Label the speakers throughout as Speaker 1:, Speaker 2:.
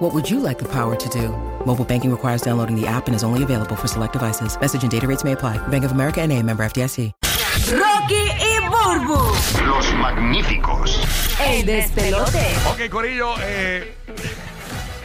Speaker 1: What would you like the power to do? Mobile banking requires downloading the app and is only available for select devices. Message and data rates may apply. Bank of America and a member FDIC.
Speaker 2: Rocky y Burbu,
Speaker 3: Los magníficos.
Speaker 2: el despelote.
Speaker 4: Ok, Corillo, eh,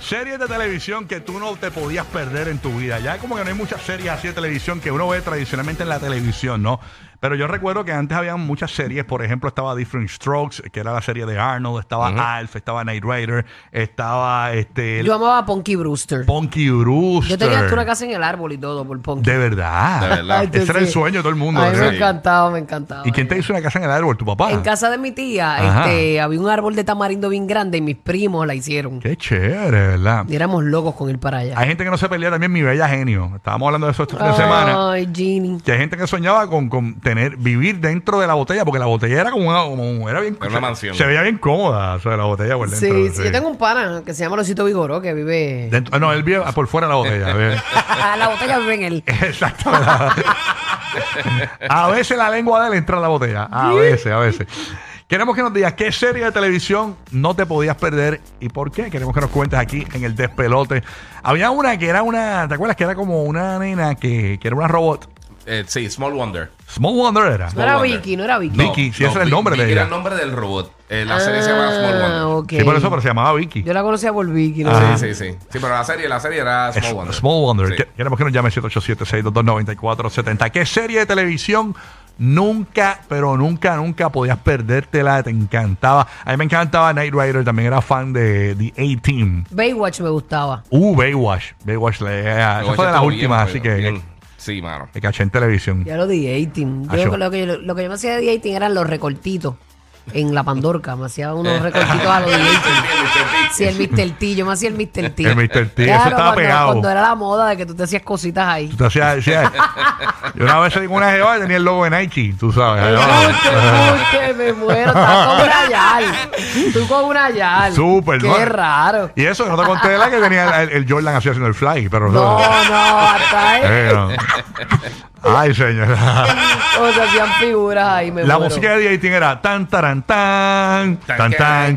Speaker 4: series de televisión que tú no te podías perder en tu vida. Ya como que no hay muchas series así de televisión que uno ve tradicionalmente en la televisión, ¿no? Pero yo recuerdo que antes había muchas series, por ejemplo, estaba Different Strokes, que era la serie de Arnold, estaba Alf, estaba Knight Rider, estaba este
Speaker 5: Yo amaba a Ponky Brewster.
Speaker 4: Punky Brewster.
Speaker 5: Yo tenía hasta una casa en el árbol y todo por Ponky.
Speaker 4: De verdad.
Speaker 6: De verdad. Ay,
Speaker 5: yo
Speaker 4: Ese era el
Speaker 5: sí.
Speaker 4: sueño de todo el mundo.
Speaker 5: A mí
Speaker 4: ¿verdad?
Speaker 5: me encantaba, me encantaba.
Speaker 4: ¿Y quién te hizo una casa en el árbol? ¿Tu papá?
Speaker 5: En casa de mi tía
Speaker 4: Ajá.
Speaker 5: este, había un árbol de tamarindo bien grande y mis primos la hicieron.
Speaker 4: Qué chévere, ¿verdad?
Speaker 5: Y éramos locos con ir para allá.
Speaker 4: Hay gente que no se pelea también, mi bella genio. Estábamos hablando de eso este fin
Speaker 5: Ah.
Speaker 4: de semana.
Speaker 5: Ay, Genie.
Speaker 4: que hay gente que soñaba con, con tener vivir dentro de la botella porque la botella era como una, como- era bien
Speaker 6: Era una
Speaker 4: se-
Speaker 6: mansión.
Speaker 4: se veía bien cómoda o sea, la botella por dentro
Speaker 5: Sí,
Speaker 4: sí.
Speaker 5: sí, yo tengo un pana que se llama Losito Vigoró que vive.
Speaker 4: Dentro- ah, no él vive por fuera de la botella bien.
Speaker 5: Ah, la botella vive en él.
Speaker 4: exacto a veces la lengua de él entra a la botella a veces a veces queremos que nos digas qué serie de televisión no te podías perder y por qué queremos que nos cuentes aquí en el despelote había una que era una ¿te acuerdas que era como una nena que, que era una robot
Speaker 6: Eh, sí, Small Wonder.
Speaker 4: Small Wonder era
Speaker 5: No era
Speaker 6: Wonder.
Speaker 5: Vicky, no era Vicky.
Speaker 4: No. Vicky, sí, ese era el
Speaker 6: Vi-
Speaker 4: nombre de
Speaker 6: Vicky
Speaker 4: ella.
Speaker 6: Era el nombre del robot. Eh, la
Speaker 5: Ah,
Speaker 6: serie se llama Small Wonder.
Speaker 5: ok.
Speaker 4: sí por eso pero se llamaba Vicky
Speaker 5: Yo la conocía por Vicky, no
Speaker 4: Ah.
Speaker 5: sé.
Speaker 6: Sí, sí, sí. Sí, pero la serie, la serie era
Speaker 4: Es-
Speaker 6: Small Wonder.
Speaker 4: Small Wonder.
Speaker 6: Sí.
Speaker 4: Que- Queremos que nos llame 787-622-9470. ¿Qué serie de televisión nunca, pero nunca, nunca podías perdértela? Te encantaba. A mí me encantaba Knight Rider. También era fan de The A-Team.
Speaker 5: Baywatch me gustaba.
Speaker 4: Uh, Baywatch. Baywatch. le- eh,
Speaker 6: Lo
Speaker 4: Esa fue de
Speaker 6: voy a hacer
Speaker 4: las
Speaker 6: todo bien,
Speaker 4: últimas, así
Speaker 6: bien,
Speaker 4: que,
Speaker 6: bien. Sí, mano.
Speaker 4: que caché en televisión.
Speaker 5: Ya lo de A-Team.
Speaker 4: Ah, yo-
Speaker 5: Yo lo que, yo, lo que yo me hacía de A-Team eran los recortitos. En la Pandorca, me hacía
Speaker 4: Eh.
Speaker 5: unos recortitos a los de A-Team. Sí, el Mr. T, yo me hacía el Mr. T.
Speaker 4: El Mr. T, eso estaba
Speaker 5: cuando,
Speaker 4: pegado.
Speaker 5: Cuando era la moda de que tú te hacías cositas ahí.
Speaker 4: Tú te hacías- hacías- yo una vez salí con una jeva y tenía el logo de Nike, tú sabes.
Speaker 5: Me guste, me muero, estás con una yal. Tú con una yal.
Speaker 4: Súper,
Speaker 5: Qué
Speaker 4: ¿no?
Speaker 5: raro.
Speaker 4: Y eso, yo no te conté de la que tenía el, el Jordan así haciendo el fly, pero
Speaker 5: No, no, hasta ahí.
Speaker 4: Eh, no. Ay, señora.
Speaker 5: O sea, hacían figuras ahí, me
Speaker 4: La
Speaker 5: muero.
Speaker 4: música de Dating era tan taran tan,
Speaker 6: Tan,
Speaker 4: tan tan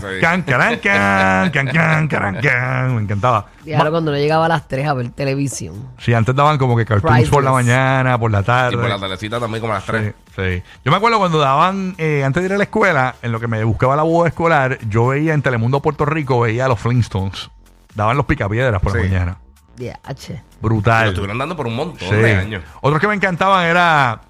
Speaker 4: can,
Speaker 6: sí.
Speaker 4: can caran can, can can caran can. Me encantaba.
Speaker 5: Y ahora cuando no llegaba a las 3 a ver televisión.
Speaker 4: Sí, antes daban como que cartoons por la
Speaker 5: Priceless.
Speaker 4: mañana, por la
Speaker 6: Y por la
Speaker 4: tarde.
Speaker 6: tardecita también como a las
Speaker 4: Sí,
Speaker 6: tres.
Speaker 4: sí. Yo me acuerdo cuando daban, eh, antes de ir a la escuela, en lo que me buscaba la boda escolar, yo veía en Telemundo Puerto Rico, veía los Flintstones. Daban los picapiedras por la
Speaker 6: Sí.
Speaker 4: mañana.
Speaker 5: Ya, che.
Speaker 6: Lo
Speaker 4: Brutal.
Speaker 6: estuvieron dando por un montón
Speaker 4: Sí.
Speaker 6: de años.
Speaker 4: Otros que me encantaban era.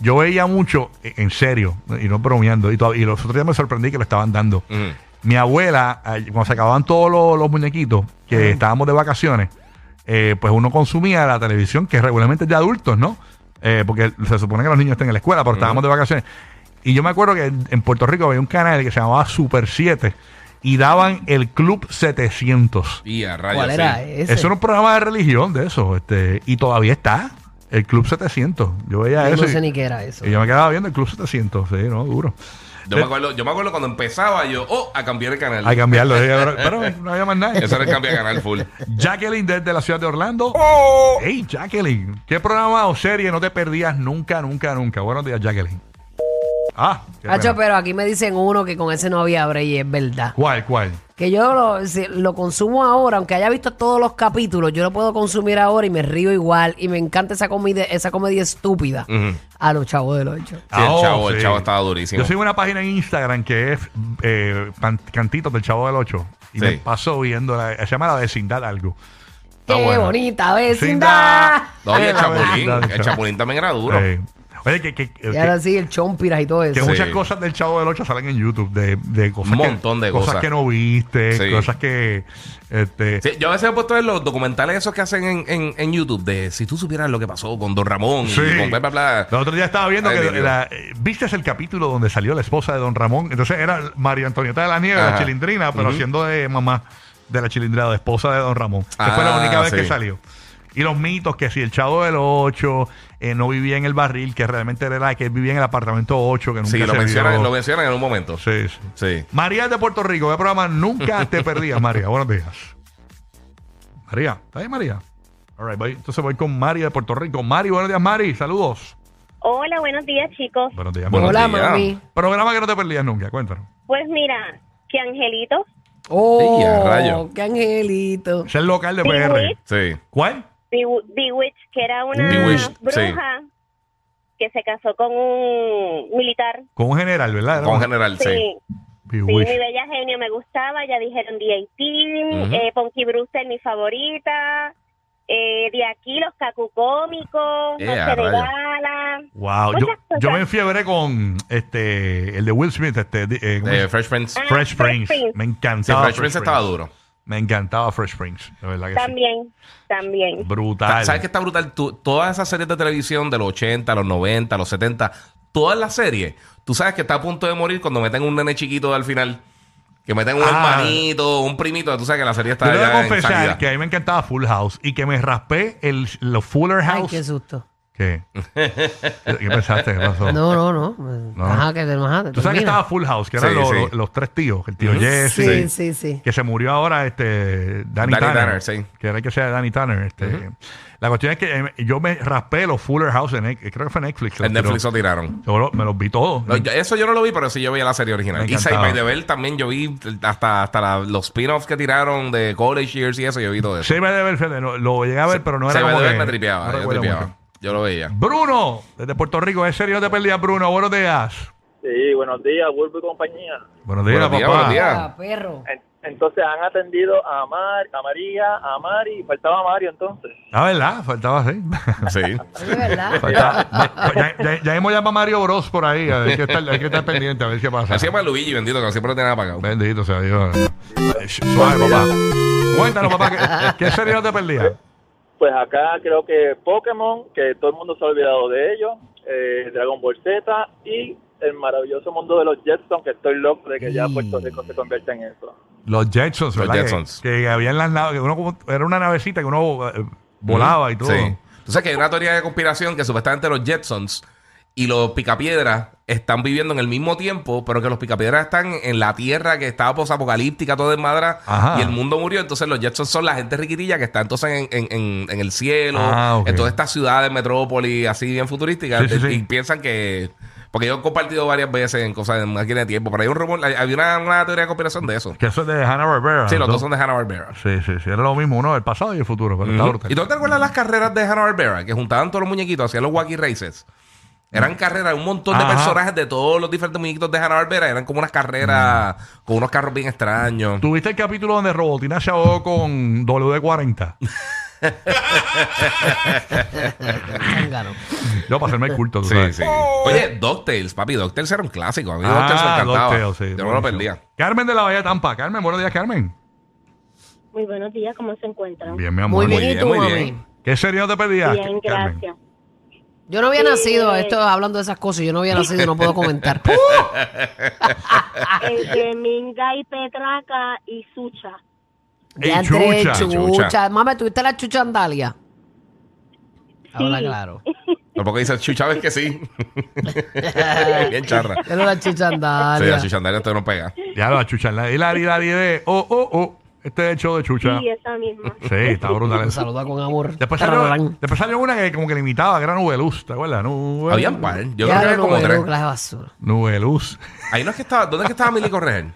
Speaker 4: Yo veía mucho, e- en serio, y no bromeando, y, to- y los otros días me sorprendí que lo estaban dando.
Speaker 6: Ujú.
Speaker 4: Mi abuela, ay, cuando se acababan todos los, los muñequitos, que estábamos de vacaciones, eh, pues uno consumía la televisión, que regularmente es de adultos, ¿no? Eh, porque se supone que los niños están en la escuela, pero estábamos de vacaciones. Y yo me acuerdo que en en Puerto Rico había un canal que se llamaba Super 7 y daban el Club 700.
Speaker 6: Y a rayos.
Speaker 5: ¿Cuál era
Speaker 6: sí.
Speaker 5: ese?
Speaker 4: Eso era un programa de religión de eso, este, y todavía está el Club 700. Yo veía
Speaker 5: Yo
Speaker 4: eso
Speaker 5: no sé
Speaker 4: y,
Speaker 5: ni qué era eso.
Speaker 4: y yo me quedaba viendo el Club 700, sí, no, duro.
Speaker 6: Yo me, acuerdo, yo me acuerdo cuando empezaba yo, oh, a cambiar el canal.
Speaker 4: Hay que cambiarlo, sí, pero, pero no había más nada.
Speaker 6: Eso era el cambio de canal full.
Speaker 4: Jacqueline desde la ciudad de Orlando.
Speaker 6: Oh.
Speaker 4: Hey, Jacqueline, ¿qué programa o serie no te perdías nunca, nunca, nunca? Buenos días, Jacqueline. Ah, qué
Speaker 5: Hacho,
Speaker 4: pena.
Speaker 5: pero aquí me dicen uno que con ese no había break y es verdad.
Speaker 4: ¿Cuál, cuál?
Speaker 5: Que yo lo, si- lo consumo ahora, aunque haya visto todos los capítulos, yo lo puedo consumir ahora y me río igual. Y me encanta esa comedia, esa comedia estúpida
Speaker 6: Ujú.
Speaker 5: a los chavos del ocho.
Speaker 6: Sí, el
Speaker 4: Ah, oh,
Speaker 6: chavo, el
Speaker 4: sí.
Speaker 6: chavo estaba durísimo.
Speaker 4: Yo sigo una página en Instagram que es eh, pan- Cantitos del Chavo del 8. Y
Speaker 6: Sí.
Speaker 4: me paso viendo, la, se llama La Vecindad Algo. Está
Speaker 5: ¡Qué
Speaker 4: buena.
Speaker 5: bonita vecindad!
Speaker 6: No, y el
Speaker 4: Ah,
Speaker 6: chapulín.
Speaker 4: verdad,
Speaker 6: El chapulín también era duro.
Speaker 4: Sí. Eh, Oye, que, que,
Speaker 5: Y
Speaker 4: que-
Speaker 5: ahora sí, el chompiras y todo
Speaker 4: que
Speaker 5: eso.
Speaker 6: Sí.
Speaker 4: muchas cosas del Chavo del 8 salen en YouTube. De, de cosas
Speaker 6: Un
Speaker 4: que-
Speaker 6: montón de
Speaker 4: cosas.
Speaker 6: cosas.
Speaker 4: que no viste,
Speaker 6: Sí.
Speaker 4: cosas que. Este,
Speaker 6: Sí, yo a veces he puesto en los documentales esos que hacen en, en, en YouTube de si tú supieras lo que pasó con Don Ramón
Speaker 4: Sí.
Speaker 6: y con Mm, bla bla bla.
Speaker 4: El otro día estaba viendo
Speaker 6: Ay,
Speaker 4: que
Speaker 6: mi Dios.
Speaker 4: la- eh, viste el capítulo donde salió la esposa de Don Ramón. Entonces era María Antonieta de la Nieve, la
Speaker 6: Ajá.
Speaker 4: chilindrina, pero eh,
Speaker 6: Ujú.
Speaker 4: siendo de mamá de la chilindrina, de esposa de Don Ramón. Que fue la
Speaker 6: Ah,
Speaker 4: única vez
Speaker 6: sí.
Speaker 4: que salió. Y los mitos que si el chavo del 8 no vivía en el barril, que realmente era que él vivía en el apartamento 8, que nunca
Speaker 6: Sí,
Speaker 4: se
Speaker 6: lo mencionan,
Speaker 4: vio.
Speaker 6: lo mencionan en un momento. Sí.
Speaker 4: Sí, sí. María de Puerto Rico, el programa Nunca te perdías, María. Buenos días. María, ¿está ahí María? All right, voy- entonces voy con María de Puerto Rico. Mari, buenos días, Mari. Saludos.
Speaker 7: Hola, buenos días, chicos.
Speaker 4: Buenos días,
Speaker 6: Buenos
Speaker 4: Mari.
Speaker 5: Hola,
Speaker 6: días.
Speaker 5: mami.
Speaker 4: Programa que no te perdías nunca, cuéntanos.
Speaker 7: Pues mira, que Angelito,
Speaker 5: Oh,
Speaker 6: Sí, a rayo.
Speaker 5: qué angelito.
Speaker 4: Es el local de
Speaker 7: Sí,
Speaker 4: PR.
Speaker 7: Luis.
Speaker 6: Sí.
Speaker 4: ¿Cuál?
Speaker 7: Bew- Bewitch, que era una
Speaker 6: Bewitched, sí.
Speaker 7: bruja que se casó con un militar.
Speaker 4: Con un general, ¿verdad? Era
Speaker 6: Con
Speaker 4: un-
Speaker 6: general,
Speaker 7: Sí,
Speaker 6: sí.
Speaker 7: sí, mi
Speaker 4: Bewitched.
Speaker 7: bella genio me gustaba, ya dijeron D.A.T., eh, Punky Brewster mi favorita, eh, de aquí los cacucómicos,
Speaker 6: Yeah,
Speaker 7: Noche de
Speaker 6: rayos.
Speaker 7: Gala.
Speaker 4: Wow, yo,
Speaker 7: Muchas cosas.
Speaker 4: yo me enfiebré con este el de Will Smith, este eh, ¿cómo
Speaker 6: Eh,
Speaker 4: es?
Speaker 6: Fresh Prince.
Speaker 7: Ah,
Speaker 4: Fresh
Speaker 7: Fresh
Speaker 4: Prince.
Speaker 7: Prince.
Speaker 4: Me
Speaker 6: Sí,
Speaker 4: encantaba.
Speaker 6: Fresh Prince estaba duro.
Speaker 4: Me encantaba Fresh Prince, de verdad que
Speaker 7: También,
Speaker 4: sí.
Speaker 7: también.
Speaker 4: Brutal.
Speaker 6: ¿Sabes qué está brutal? Tú- todas esas series de televisión de los 80, los 90, los 70, todas las series, tú sabes que está a punto de morir cuando meten un nene chiquito al final. Que meten un
Speaker 4: Ah.
Speaker 6: hermanito, un primito. Tú sabes que la serie está
Speaker 4: Yo debo
Speaker 6: ya en
Speaker 4: confesar
Speaker 6: sanidad.
Speaker 4: que a mí me encantaba Full House y que me raspé el, los Fuller
Speaker 5: Ay,
Speaker 4: House.
Speaker 5: qué susto.
Speaker 4: ¿Qué? ¿Qué pensaste? ¿Qué pasó?
Speaker 5: No, no, no.
Speaker 4: No.
Speaker 5: Ajá, que te ajá,
Speaker 4: Tú sabes que
Speaker 5: termina.
Speaker 4: estaba eh, Full House, que eran
Speaker 6: Sí,
Speaker 4: los,
Speaker 6: sí.
Speaker 4: los- los tres tíos, el tío
Speaker 6: Ujú.
Speaker 4: Jesse,
Speaker 5: Sí, sí, sí.
Speaker 4: que se murió ahora este Danny,
Speaker 6: Danny
Speaker 4: Tanner,
Speaker 6: Tanner, sí.
Speaker 4: que era el que sea Danny Tanner este. la cuestión es que eh, yo me raspé los Fuller House en, eh, creo que fue Netflix los
Speaker 6: En Netflix
Speaker 4: tiró.
Speaker 6: lo tiraron.
Speaker 4: Yo lo- me los vi todos
Speaker 6: No, yo- eso yo no lo vi, pero sí yo veía la serie original.
Speaker 4: Me
Speaker 6: Y Saved by
Speaker 4: encantaba.
Speaker 6: the Bell también yo vi hasta, hasta la- los spin-offs que tiraron de College Years y eso, yo vi todo eso.
Speaker 4: Sí, me debe el Fede, no- lo llegué a ver pero no era
Speaker 6: Saved by
Speaker 4: como
Speaker 6: the Bell
Speaker 4: que-
Speaker 6: me
Speaker 4: no
Speaker 6: tripeaba, yo
Speaker 4: recuerdo
Speaker 6: tripeaba.
Speaker 4: mucho.
Speaker 6: Yo lo veía.
Speaker 4: Bruno desde Puerto Rico es serio no te perdías Bruno buenos días
Speaker 8: Sí, buenos días, Bulbo y compañía.
Speaker 4: buenos días
Speaker 6: Buenos días,
Speaker 4: papá
Speaker 6: buenos días.
Speaker 5: Ah, perro.
Speaker 8: En- Entonces han atendido a Mar, a María, a Mari, faltaba Mario entonces.
Speaker 4: ah verdad faltaba así
Speaker 6: Sí.
Speaker 5: Oye, ¿verdad?
Speaker 4: Faltaba- ya, ya, ya hemos llamado a Mario Bros por ahí a ver, hay, que estar, hay que estar pendiente a ver qué pasa
Speaker 6: Así es para Luigi, bendito, que siempre lo tenía apagado.
Speaker 4: Bendito sea Dios. Suave, papá. Cuéntanos, papá, ¿qué, qué serie no te perdías?
Speaker 8: Pues acá creo que Pokémon, que todo el mundo se ha olvidado de ello, eh, Dragon Ball Z y el maravilloso mundo de los Jetson, que estoy loco de que ya Puerto Rico se convierta en eso.
Speaker 4: Los Jetsons,
Speaker 6: Los
Speaker 4: ¿verdad? Que-
Speaker 6: Jetsons.
Speaker 4: Que, había en las naves, que uno como- era una navecita que uno eh, volaba y todo.
Speaker 6: Sí. Tú sabes que hay una teoría de conspiración que supuestamente los Jetsons y los Picapiedras están viviendo en el mismo tiempo, pero que los Picapiedras están en la tierra que estaba posapocalíptica, todo en madra,
Speaker 4: Ajá.
Speaker 6: y el mundo murió. Entonces los Jetsons son la gente riquitilla que está entonces en, en- en- en el cielo,
Speaker 4: Ah, ok.
Speaker 6: en todas estas ciudades, metrópolis, así bien futurísticas,
Speaker 4: Sí, sí, sí.
Speaker 6: y piensan que... Porque yo he compartido varias veces en cosas de máquina de tiempo, pero hay un rumor, hay- había una, una teoría de conspiración de eso.
Speaker 4: Que eso es de Hanna-Barbera.
Speaker 6: Sí, los
Speaker 4: Ah, ¿no?
Speaker 6: dos son de Hanna-Barbera.
Speaker 4: Sí, sí, sí. Era lo mismo, uno, el pasado y el futuro. Pero está
Speaker 6: Ujú.
Speaker 4: brutal.
Speaker 6: ¿Y tú te acuerdas las carreras de Hanna-Barbera? Que juntaban todos los muñequitos, hacían los wacky races. Eran carreras, un montón de
Speaker 4: Mm. Ajá.
Speaker 6: personajes de todos los diferentes muñequitos de Hanna-Barbera. Eran como unas carreras
Speaker 4: Mm.
Speaker 6: con unos carros bien extraños.
Speaker 4: ¿Tuviste el capítulo donde Robotina se ahogó con WD-40?
Speaker 5: Zángano.
Speaker 4: Yo para hacerme el culto, tú
Speaker 6: Sí,
Speaker 4: sabes.
Speaker 6: sí. Oye, DuckTales, papi. DuckTales era un clásico. A mí DuckTales me encantaba.
Speaker 4: Ah, DuckTales, sí.
Speaker 6: Yo no lo
Speaker 4: buenísimo.
Speaker 6: perdía.
Speaker 4: Carmen de la Bahía Tampa. Carmen, buenos días, Carmen.
Speaker 7: Muy buenos días, ¿cómo se encuentran?
Speaker 4: Bien, mi amor.
Speaker 5: Muy bien,
Speaker 6: bien,
Speaker 5: ¿y tú,
Speaker 6: Ah, muy
Speaker 5: mami?
Speaker 6: bien.
Speaker 4: ¿Qué serie no te perdías?
Speaker 7: Bien,
Speaker 4: Carmen?
Speaker 7: gracias.
Speaker 5: Yo no había nacido, esto hablando de esas cosas, yo no había nacido, no puedo comentar.
Speaker 7: Entre Minga y Petraca y Sucha.
Speaker 4: Ey,
Speaker 5: ya entré
Speaker 4: chucha.
Speaker 5: chucha.
Speaker 6: Chucha. Mami,
Speaker 5: ¿tuviste la chucha Andalia? Habla claro.
Speaker 6: No, porque dices Chucha, ves que sí. bien charra.
Speaker 5: Yo no la chucha
Speaker 6: Sí,
Speaker 5: Andalia.
Speaker 6: la Chucha Andalia te no pega.
Speaker 4: Ya lo va a chuchar. La, y la, y la, y de, oh, oh, oh. Este es el show de chucha.
Speaker 7: Sí, esa misma.
Speaker 4: Sí, está brutal.
Speaker 5: Me
Speaker 4: eso.
Speaker 5: saluda con amor.
Speaker 4: Después salió,
Speaker 5: Tararán.
Speaker 4: después salió una que como que le imitaba, que era Nube Luz, ¿te acuerdas? Nube,
Speaker 6: Había un par. Yo creo
Speaker 5: Ya
Speaker 6: que
Speaker 5: lo
Speaker 6: había como
Speaker 5: número,
Speaker 6: tres.
Speaker 5: clase de basura.
Speaker 4: Nube Luz.
Speaker 6: Ahí no es que estaba. ¿Dónde es que estaba Milico Correger?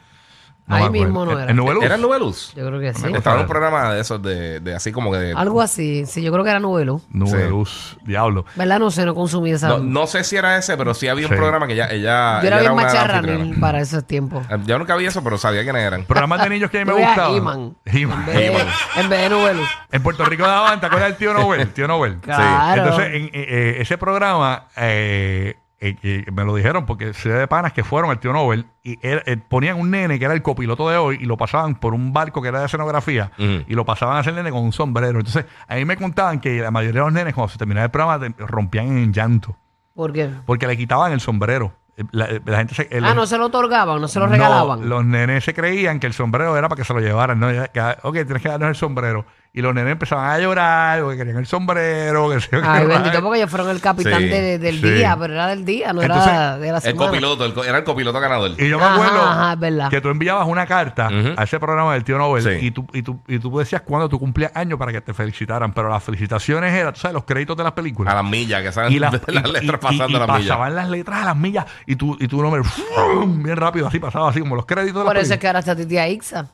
Speaker 4: No
Speaker 5: Ahí
Speaker 4: me acuerdo. Eh,
Speaker 5: mismo no
Speaker 4: ¿En-
Speaker 5: era.
Speaker 4: ¿En Nube Luz?
Speaker 6: ¿Era Nube Luz?
Speaker 5: Yo creo que sí.
Speaker 6: Estaba en un programa de esos de, de así como que de-
Speaker 5: Algo así, sí, yo creo que era novelo.
Speaker 4: Nube
Speaker 6: Sí.
Speaker 4: Luz, diablo.
Speaker 5: ¿Verdad? No sé, no consumí esa.
Speaker 6: No, no sé si era ese, pero sí había un
Speaker 4: Sí.
Speaker 6: programa que ella. ella
Speaker 5: yo era
Speaker 6: ella
Speaker 5: bien
Speaker 6: una
Speaker 5: macharra
Speaker 6: anfitriona.
Speaker 5: Nil, para esos tiempos.
Speaker 6: Eh, Yo nunca vi eso, pero sabía quiénes eran.
Speaker 4: Programas de niños que a mí me
Speaker 5: Yo veía a
Speaker 4: gustaban.
Speaker 5: He-Man.
Speaker 4: He-Man.
Speaker 5: En vez de-
Speaker 6: He-Man.
Speaker 5: en vez de novelo.
Speaker 4: En Puerto Rico daban, ¿te acuerdas del tío Nobel? Tío Nobel.
Speaker 5: Claro.
Speaker 4: Entonces, en, eh, eh, ese programa, eh, eh, que me lo dijeron porque sé de panas que fueron al tío Nobel y él- él- ponían un nene que era el copiloto de hoy y lo pasaban por un barco que era de escenografía
Speaker 6: Ujú.
Speaker 4: y lo pasaban a ese nene con un sombrero. Entonces, ahí me contaban que la mayoría de los nenes, cuando se terminaba el programa, te- rompían en llanto
Speaker 5: ¿Por qué?
Speaker 4: porque le quitaban el sombrero. Eh, La, eh, la gente se, el-
Speaker 5: Ah, no se lo otorgaban, no se lo
Speaker 4: no,
Speaker 5: regalaban.
Speaker 4: los nenes se creían que el sombrero era para que se lo llevaran. ¿no? Ya, que, ah, ok, tienes que darnos el sombrero. y los nenes empezaban a llorar, porque querían el sombrero, que sé yo qué
Speaker 5: Ay,
Speaker 4: más.
Speaker 5: bendito, porque ellos fueron el capitán
Speaker 6: Sí,
Speaker 5: de- del
Speaker 4: sí.
Speaker 5: día, pero era del día, no era
Speaker 4: Entonces,
Speaker 5: de la
Speaker 6: El
Speaker 5: semana.
Speaker 6: copiloto, el co- era el copiloto ganador.
Speaker 4: Y yo me
Speaker 5: Ajá,
Speaker 4: acuerdo
Speaker 5: ajá, es verdad.
Speaker 4: que tú enviabas una carta
Speaker 6: Ujú.
Speaker 4: a ese programa del tío Nobel
Speaker 6: Sí.
Speaker 4: y, tú, y, tú, y tú decías cuándo tú cumplías años para que te felicitaran, pero las felicitaciones eran, tú sabes, los créditos de las películas.
Speaker 6: A las millas, que salen las, letras
Speaker 4: y- y-
Speaker 6: pasando
Speaker 4: y
Speaker 6: las millas.
Speaker 4: pasaban las letras a las millas y tu, y tu nombre ¡fum! bien rápido así pasaba así como los créditos de las
Speaker 5: Por eso es
Speaker 4: películas.
Speaker 5: que ahora está Titi Ixa.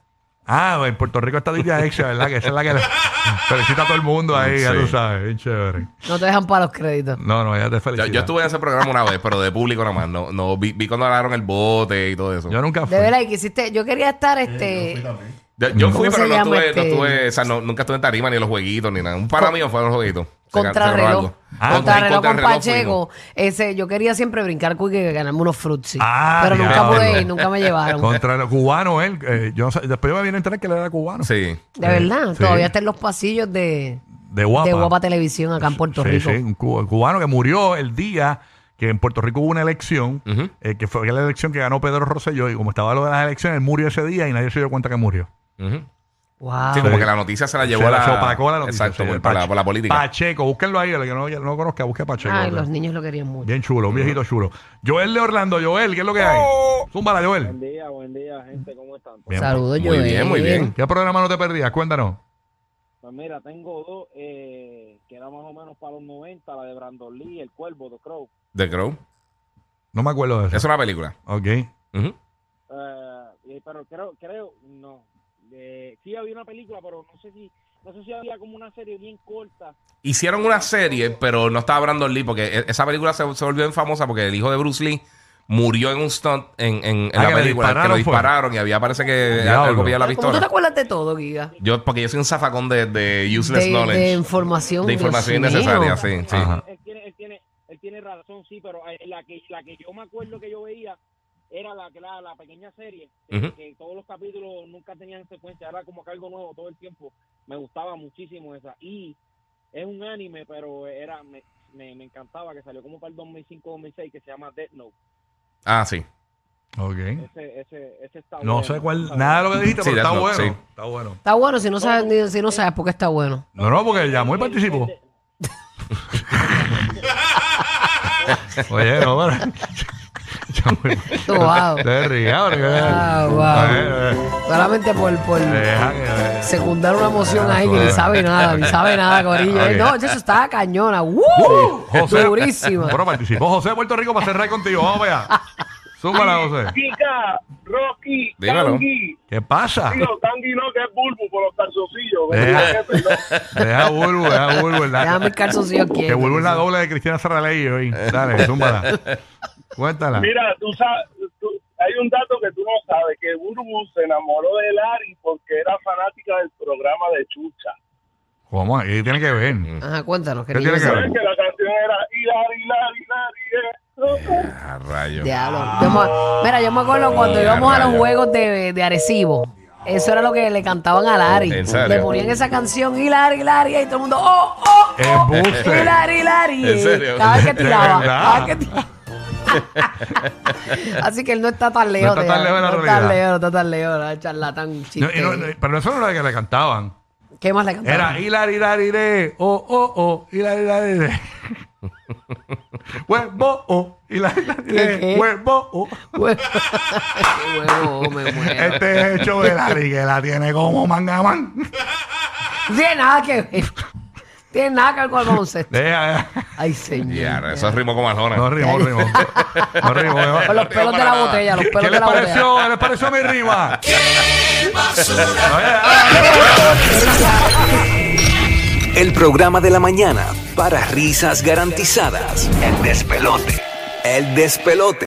Speaker 4: Ah, en Puerto Rico está Lidia Exa, ¿verdad? Que esa es la que le- felicita a todo el mundo ahí, ya
Speaker 6: Sí.
Speaker 4: tú sabes, bien chévere.
Speaker 5: No te dejan para los créditos.
Speaker 4: No, no, ella te
Speaker 6: Yo,
Speaker 4: felicita.
Speaker 6: yo estuve en ese programa una vez, pero de público nada más. No, no, vi, vi cuando agarraron el bote y todo eso.
Speaker 4: Yo nunca fui.
Speaker 5: De verdad, y que hiciste, yo quería estar este.
Speaker 6: Yo, yo fui,
Speaker 5: ¿Cómo
Speaker 6: pero
Speaker 5: se
Speaker 6: no
Speaker 5: llama
Speaker 6: estuve,
Speaker 5: este?
Speaker 6: no estuve, o sea, no- nunca estuve en tarima ni en los jueguitos ni nada. Un para mío fue en los jueguitos. Se ga- se ganó
Speaker 5: Contrarreloj.
Speaker 6: algo.
Speaker 4: Ah,
Speaker 5: Contrarreloj con
Speaker 6: contrarreloj
Speaker 5: Pacheco. Ese, yo quería siempre brincar cuique que ganarme unos frutzi.
Speaker 4: Ah,
Speaker 5: pero nunca
Speaker 4: diablo.
Speaker 5: pude ir, nunca me llevaron.
Speaker 4: Contra el cubano, él. eh, yo no sé, después yo me vine a enterar que él era cubano.
Speaker 6: fuimos. Sí.
Speaker 5: de verdad,
Speaker 4: Sí.
Speaker 5: todavía está en los pasillos de,
Speaker 4: De guapa.
Speaker 5: de Guapa Televisión acá en Puerto
Speaker 4: Sí,
Speaker 5: Rico.
Speaker 4: sí, un cu- cubano que murió el día que en Puerto Rico hubo una elección,
Speaker 6: Ujú.
Speaker 4: eh, que fue la elección que ganó Pedro Rosselló, y como estaba lo de las elecciones, él murió ese día y nadie se dio cuenta que murió.
Speaker 6: Ujú.
Speaker 5: Wow.
Speaker 6: Sí, como que la noticia se la llevó
Speaker 4: Ah, Se
Speaker 6: a la,
Speaker 4: se opacó la noticia,
Speaker 6: Exacto,
Speaker 4: sí,
Speaker 6: por,
Speaker 4: el
Speaker 6: por la,
Speaker 4: Pache-
Speaker 6: por la política.
Speaker 4: Pacheco, búsquenlo ahí, el que no, no lo conozca, busque a Pacheco.
Speaker 5: Ay,
Speaker 4: ¿verdad?
Speaker 5: los niños lo querían mucho.
Speaker 4: Bien chulo, un viejito chulo. Joel de Orlando, Joel, ¿qué es lo que hay?
Speaker 6: Oh.
Speaker 4: Zúmbala, Joel.
Speaker 8: día, buen día, gente, ¿cómo están?
Speaker 4: Bien.
Speaker 5: Saludos,
Speaker 6: Muy bien, muy bien.
Speaker 4: ¿Qué programa no te perdías? Cuéntanos.
Speaker 8: Pues mira, tengo dos, eh, que era más o menos para los 90, la de Brandon Lee, El Cuervo, The Crow.
Speaker 6: The Crow.
Speaker 4: No me acuerdo de eso.
Speaker 6: Es una película.
Speaker 4: Ok.
Speaker 6: Ujú.
Speaker 8: Eh, y- pero creo, creo, no. Eh, sí había una película, pero no sé si, no sé si había como una serie bien corta.
Speaker 6: Hicieron una serie, pero no estaba Brandon Lee, porque e- esa película se, se volvió bien famosa porque el hijo de Bruce Lee murió en un stunt en, en, en
Speaker 4: Ah,
Speaker 6: la
Speaker 4: que le
Speaker 6: película. que lo
Speaker 4: dispararon, fue.
Speaker 6: dispararon y había, parece que
Speaker 4: Diablo.
Speaker 6: algo había la
Speaker 5: ¿Cómo tú te
Speaker 6: pistola.
Speaker 5: acuerdas de todo, Giga?
Speaker 6: Yo, porque yo soy un zafacón de, de
Speaker 5: De,
Speaker 6: useless knowledge.
Speaker 5: de información.
Speaker 6: de información
Speaker 5: Dios mío.
Speaker 6: innecesaria, sí. sí.
Speaker 4: Ajá.
Speaker 8: Él tiene, él tiene, él tiene razón, sí, pero eh, la que, la que yo me acuerdo que yo veía era la, que la, la pequeña serie, eh,
Speaker 6: Ujú.
Speaker 8: que todos los capítulos nunca tenían secuencia, era como que algo nuevo todo el tiempo. Me gustaba muchísimo esa. Y es un anime, pero era me, me, me encantaba que salió como para el 2005-2006, que se llama Death Note.
Speaker 6: Ah, sí.
Speaker 4: Ok.
Speaker 8: Ese, ese, ese está
Speaker 4: No
Speaker 8: bueno,
Speaker 4: sé
Speaker 8: está
Speaker 4: cuál, nada de lo que dijiste,
Speaker 6: Sí,
Speaker 4: pero está
Speaker 6: Death
Speaker 4: bueno.
Speaker 6: Note, sí.
Speaker 4: Está bueno.
Speaker 5: Está bueno, si no sabes, ni- si no sabes por qué está bueno.
Speaker 4: No, no, porque llamó y participó. Oye, no, pero... Llamó y-
Speaker 5: Wow.
Speaker 4: Te rías, porque-
Speaker 5: Ah, wow.
Speaker 4: A ver,
Speaker 5: Solamente por, por
Speaker 4: a ver, deja que-
Speaker 5: secundar una emoción ahí que ni
Speaker 4: suave.
Speaker 5: sabe nada, ni sabe nada, Corillo.
Speaker 4: Ok.
Speaker 5: No, eso estaba cañona. ¡Woo!
Speaker 4: José.
Speaker 5: Durísima.
Speaker 4: Bueno, participó José de Puerto Rico para cerrar contigo. Vamos allá. Súmala, José.
Speaker 9: Chica, Rocky,
Speaker 6: Dímelo.
Speaker 9: Tanguy.
Speaker 4: ¿Qué pasa?
Speaker 9: Digo, Tanguy no, que es Bulbu por los calzoncillos.
Speaker 4: Deja, deja Bulbo, deja Bulbo. ¿verdad?
Speaker 5: Déjame el calzoncillo aquí.
Speaker 4: Que Bulbo es la doble de Cristiana Serraley hoy. Dale, súmbala. Cuéntala.
Speaker 9: Mira, tú sabes, tú- hay un dato que tú no sabes, que Bulbu se enamoró de Larry porque era fanática del programa de Chucha.
Speaker 4: ¿Cómo? ¿Qué tiene que ver?
Speaker 5: Ajá, cuéntanos. ¿Qué
Speaker 4: ¿Qué
Speaker 5: niño
Speaker 4: tiene que
Speaker 5: es?
Speaker 4: ver?
Speaker 9: ¿Sabes que la canción era y Larry, Larry, Larry? eh?
Speaker 6: Ah, rayo.
Speaker 5: Diablo. Yo me- mira, yo me acuerdo cuando íbamos a los
Speaker 6: rayo.
Speaker 5: juegos de, de Arecibo. Eso era lo que le cantaban a Lari.
Speaker 6: ¿En serio?
Speaker 5: Le ponían esa canción y Lari, Lari, y todo el mundo, ¡oh, oh! oh
Speaker 4: Embuste.
Speaker 5: Y Lari, Lari.
Speaker 6: ¿En serio?
Speaker 5: Cada vez que tiraba.
Speaker 4: ¿De verdad?
Speaker 5: cada vez que tiraba. Así que él no está tan lejos.
Speaker 4: No está tan
Speaker 5: de-
Speaker 4: lejos de la
Speaker 5: No está tan
Speaker 4: realidad.
Speaker 5: lejos, no está tan lejos. era Charlatán,
Speaker 4: No,
Speaker 5: chiste.
Speaker 4: y no- no, pero eso no era lo que le cantaban.
Speaker 5: ¿Qué más le cantaban?
Speaker 4: Era hilar, hilar, iré. Oh, oh, oh. Hilar, hilar, iré. Huevo, oh. Hilar, hilar,
Speaker 5: ¿Qué, qué?
Speaker 4: iré. Huevo, oh.
Speaker 5: Huevo, Huevo, me muero.
Speaker 4: Este es hecho de Larry que la tiene como mangamán.
Speaker 5: Tiene nada que ver. Tiene nada que ver con el baloncesto.
Speaker 4: Deja, deja.
Speaker 5: Ay, señor.
Speaker 6: Ya, eso rimó como Arjona.
Speaker 4: No rimó, rimó. No rimó.
Speaker 5: Con
Speaker 4: rimó.
Speaker 5: los pelos de la botella, los pelos
Speaker 4: ¿Qué
Speaker 5: de
Speaker 4: les
Speaker 5: la botella.
Speaker 4: pareció? ¿Qué ¿Les pareció mi rima? ah,
Speaker 10: El programa de la mañana para risas garantizadas. El despelote. El despelote.